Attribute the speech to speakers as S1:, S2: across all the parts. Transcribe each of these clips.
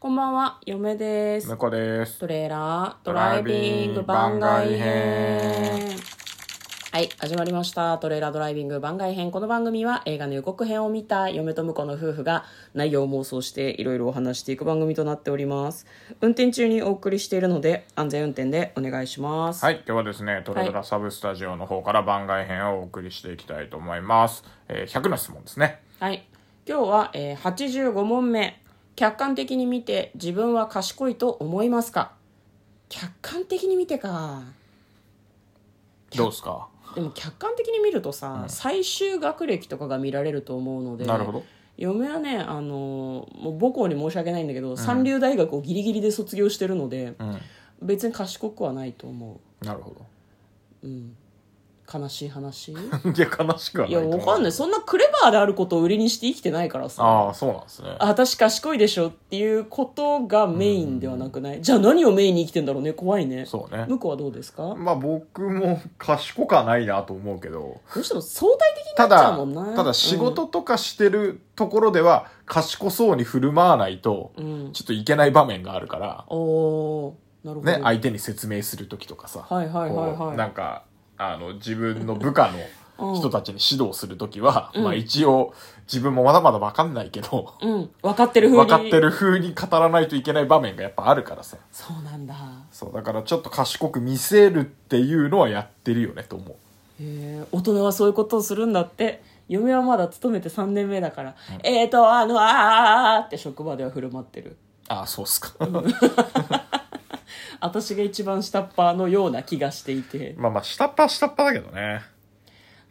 S1: こんばんは、嫁です。
S2: 向こうです。
S1: トレーラードライビング番外編。はい、始まりました。トレーラードライビング番外編。この番組は映画の予告編を見た嫁と婿の夫婦が内容を妄想していろいろお話していく番組となっております。運転中にお送りしているので安全運転でお願いします。
S2: はい、今日はですね、トレドラサブスタジオの方から番外編をお送りしていきたいと思います。えー100の質問ですね。
S1: はい、今日は、えー、85問目客観的に見て自分は賢いと思いますか客観的に見てか
S2: どうですか
S1: でも客観的に見るとさ、最終学歴とかが見られると思うので
S2: なるほど
S1: 嫁はね、あのーもう母校に申し訳ないんだけど、三流大学をギリギリで卒業してるので、別に賢くはないと思
S2: なるほ
S1: う
S2: ど。
S1: 悲しい話い
S2: いや、悲しくはない
S1: や
S2: と思う
S1: わかんないそんなクレバーであることを売りにして生きてないからさ
S2: ああ、そうなんですね。
S1: あ私賢いでしょっていうことがメインではなくない、じゃあ何をメインに生きてんだろうね怖いね
S2: そうね。
S1: 向こうはどうですか
S2: まあ僕も賢くはないなと思うけど、
S1: どうしても相対的にな
S2: た
S1: っちゃ
S2: だ
S1: うもんな、
S2: ただ仕事とかしてるところでは賢そうに振る舞わないと、
S1: うん、うん
S2: ちょっといけない場面があるから、
S1: おーなるほど、
S2: ね、相手に説明するときとかさ、
S1: はいはいはい
S2: こ
S1: は
S2: う
S1: い
S2: なんかあの自分の部下
S1: うん
S2: の人たちに指導する時は、
S1: うん
S2: まあ、一応自分もまだまだ分かんないけど、
S1: うん分かってる風に
S2: 分かってる風に語らないといけない場面がやっぱあるからさ
S1: そうなんだ
S2: そうだからちょっと賢く見せるっていうのはやってるよねと思う
S1: へー大人はそういうことをするんだって嫁はまだ勤めて3年目だから、えーとあのあーあーあーって職場では振る舞ってる
S2: ああそうっすか
S1: 私が一番下っ端のような気がしていて
S2: まあまあ下っ端は下っ端だけどね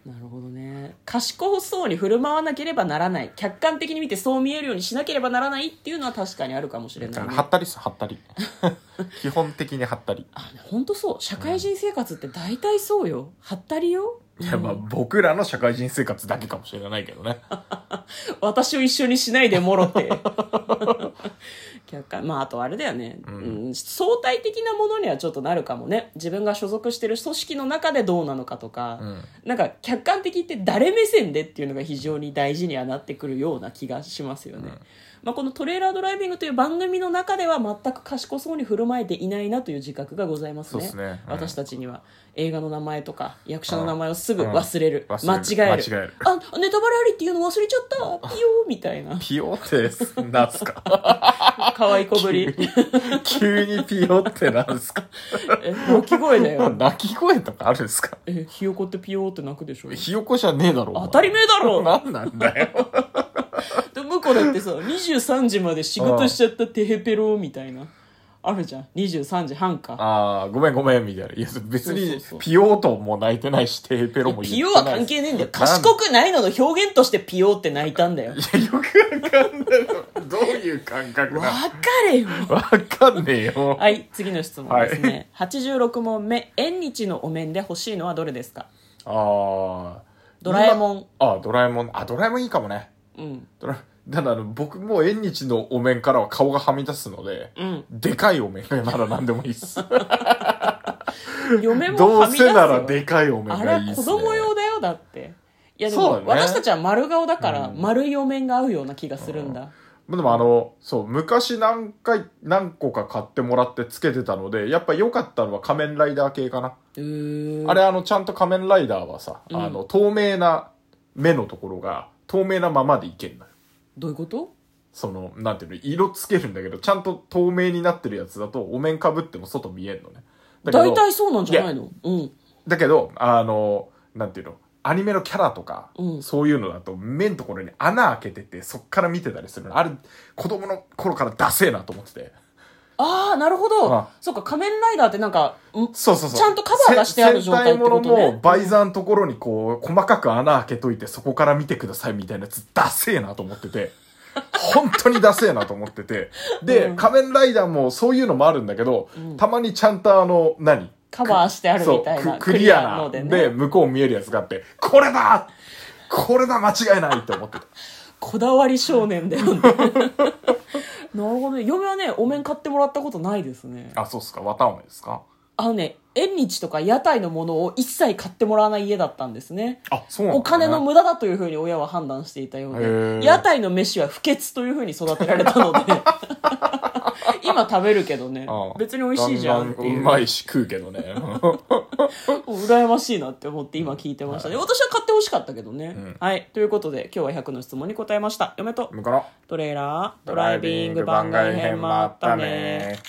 S1: なるほどね賢そうに振る舞わなければならない客観的に見てそう見えるようにしなければならないっていうのは確かにあるかもしれ
S2: だ
S1: ない
S2: から
S1: ね、
S2: はったりっす はったり基本的にはったり
S1: あ本当そう社会人生活って大体そうよはったりよ
S2: いやまあ僕らの社会人生活だけかもしれないけ どね
S1: 私を一緒にしないでもろ て客観まああとあれだよね、うん相対的なものにはちょっとなるかもね自分が所属してる組織の中でどうなのかとか、
S2: ん
S1: なんか客観的って誰目線でっていうのが非常に大事にはなってくるような気がしますよね、まあ、この「トレーラードライビング」という番組の中では全く賢そうに振る舞えていないなという自覚がございますね
S2: そうっすねうん
S1: 私たちには映画の名前とか役者の名前をすぐ忘れる,、
S2: うん忘れる
S1: 間違える
S2: 間違える
S1: あネタバレありっていうの忘れちゃったピヨーみたいな
S2: ピオってなんすか
S1: 可愛い子ぶ り
S2: 急にピヨってなんすか
S1: え鳴き声だよ
S2: 泣き声とかあるんですか
S1: えひよこってピヨーって鳴くでしょ
S2: ひよこじゃねえだろ。お前
S1: 当たり前だろ
S2: なんなんだ よ。
S1: で向こうだってさ23時まで仕事しちゃったテヘペロみたいなあるじゃん23時半か
S2: ああ、ごめんごめん、みたいな。いや、別
S1: そう
S2: に
S1: そうそう、
S2: ピヨーとも泣いてないし、テーペロも言ってないし。
S1: ピヨは関係ねえんだよ
S2: なん
S1: 賢くないのの表現としてピヨって泣いたんだ よ
S2: いや、よくわかんない。どういう感覚な
S1: わ
S2: の
S1: かれよ
S2: わかんねえよ。
S1: はい次の質問ですね、86問目縁日のお面で欲しいのはどれですか
S2: ああ。
S1: ドラえもん
S2: ああ、ドラえもん。あ、ドラえもんいいかもね。
S1: うん
S2: ドラただあの、僕も縁日のお面からは顔がはみ出すので、
S1: うん
S2: でかいお面なら何でもいいっ す。
S1: 嫁も
S2: ど
S1: は
S2: う
S1: み出すよ
S2: せならでかいお面
S1: あ
S2: がいい
S1: れ
S2: っす、ね。
S1: 子供用だよだっていやでも、
S2: そうだね
S1: 私たちは丸顔だから丸いお面が合うような気がするんだ、
S2: まあでもあの、そう、昔何回、何個か買ってもらってつけてたので、やっぱ良かったのは仮面ライダー系かな。
S1: うーん
S2: あれあの、ちゃんと仮面ライダーはさ、
S1: うん
S2: あの、透明な目のところが、透明なままでいけんのよ。
S1: どういうこと
S2: その、なんていうの、色つけるんだけど、ちゃんと透明になってるやつだと、お面かぶっても外見えんのね。だけ
S1: 大
S2: ど、
S1: 体そうなんじゃないのうん
S2: だけど、あの、なんていうの、アニメのキャラとか、
S1: うん
S2: そういうのだと、目のところに穴開けてて、そっから見てたりするの。あれ、子供の頃からダセえなと思ってて。
S1: ああなるほど
S2: あ
S1: そっか仮面ライダーってなんかん
S2: そうそうそう。
S1: ちゃんとカバーがしてある状態ってことね
S2: せ戦隊ものも、バイザーのところにこう、細かく穴開けといて、そこから見てくださいみたいなやつ、ダセえなと思ってて。本当にダセえなと思っ てて。で、
S1: うん
S2: 仮面ライダーもそういうのもあるんだけど、
S1: うん
S2: たまにちゃんとあの、何
S1: カバーしてあるみたい
S2: そう
S1: な
S2: ククリアな
S1: ので
S2: で,、
S1: ね
S2: 向こう見えるやつがあって、これだこれだ間違いないって思ってた。
S1: こだわり少年だよね なるほどね嫁はねお面買ってもらったことないですね
S2: あ、そうっすか綿おめですか
S1: あのね縁日とか屋台のものを一切買ってもらわない家だったんですね
S2: あ、そうなんだ、
S1: お金の無駄だというふうに親は判断していたよう
S2: へー
S1: で屋台の飯は不潔というふうに育てられたので今食べるけどね
S2: うん
S1: 別に美味しいじゃんって
S2: ガンガン
S1: いうう
S2: まいし食うけ どね
S1: もう羨ましいなって思って今聞いてましたね、私は買ってほしかったけどね、
S2: ん
S1: はいということで今日は100の質問に答えました嫁と
S2: 向こうの
S1: トレーラードライビング番外編もあったね